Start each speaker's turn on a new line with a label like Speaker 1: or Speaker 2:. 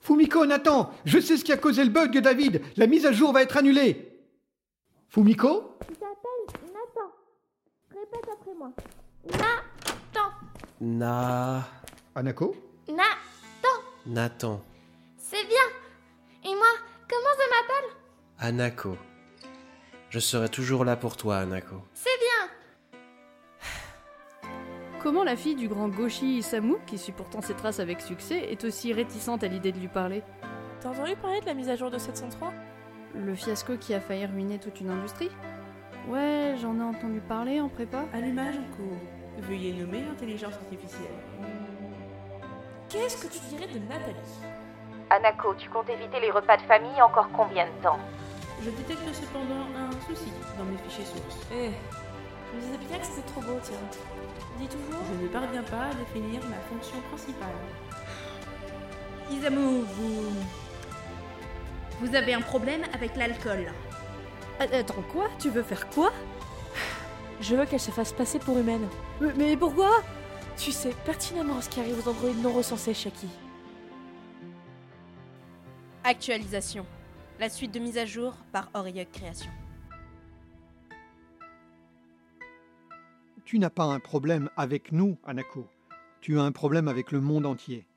Speaker 1: Fumiko, Nathan, je sais ce qui a causé le bug, David. La mise à jour va être annulée. Fumiko
Speaker 2: Il s'appelle Nathan. Répète après moi. Nathan.
Speaker 3: Na.
Speaker 1: Anako
Speaker 2: Nathan.
Speaker 3: Nathan.
Speaker 2: C'est bien. Et moi, comment je m'appelle
Speaker 3: Anako. Je serai toujours là pour toi, Anako.
Speaker 2: C'est bien.
Speaker 4: Comment la fille du grand Goshi Isamu, qui suit pourtant ses traces avec succès, est aussi réticente à l'idée de lui parler
Speaker 5: T'as entendu parler de la mise à jour de 703
Speaker 4: Le fiasco qui a failli ruiner toute une industrie Ouais, j'en ai entendu parler en prépa.
Speaker 6: Allumage en cours. Veuillez nommer intelligence artificielle.
Speaker 5: Qu'est-ce que tu dirais de Nathalie
Speaker 7: Anako, tu comptes éviter les repas de famille encore combien de temps
Speaker 6: Je détecte cependant un souci dans mes fichiers sources.
Speaker 5: Eh, je me disais bien que c'était trop beau, tiens. Dis toujours.
Speaker 6: Je ne parviens pas à définir ma fonction principale.
Speaker 8: Isamu, vous. Vous avez un problème avec l'alcool.
Speaker 4: Ah, Attends, quoi Tu veux faire quoi
Speaker 5: Je veux qu'elle se fasse passer pour humaine.
Speaker 4: Mais, mais pourquoi
Speaker 5: Tu sais pertinemment ce qui arrive aux androïdes non recensés, Shaki.
Speaker 8: Actualisation. La suite de mise à jour par Oriok Création.
Speaker 1: Tu n'as pas un problème avec nous, Anako. Tu as un problème avec le monde entier.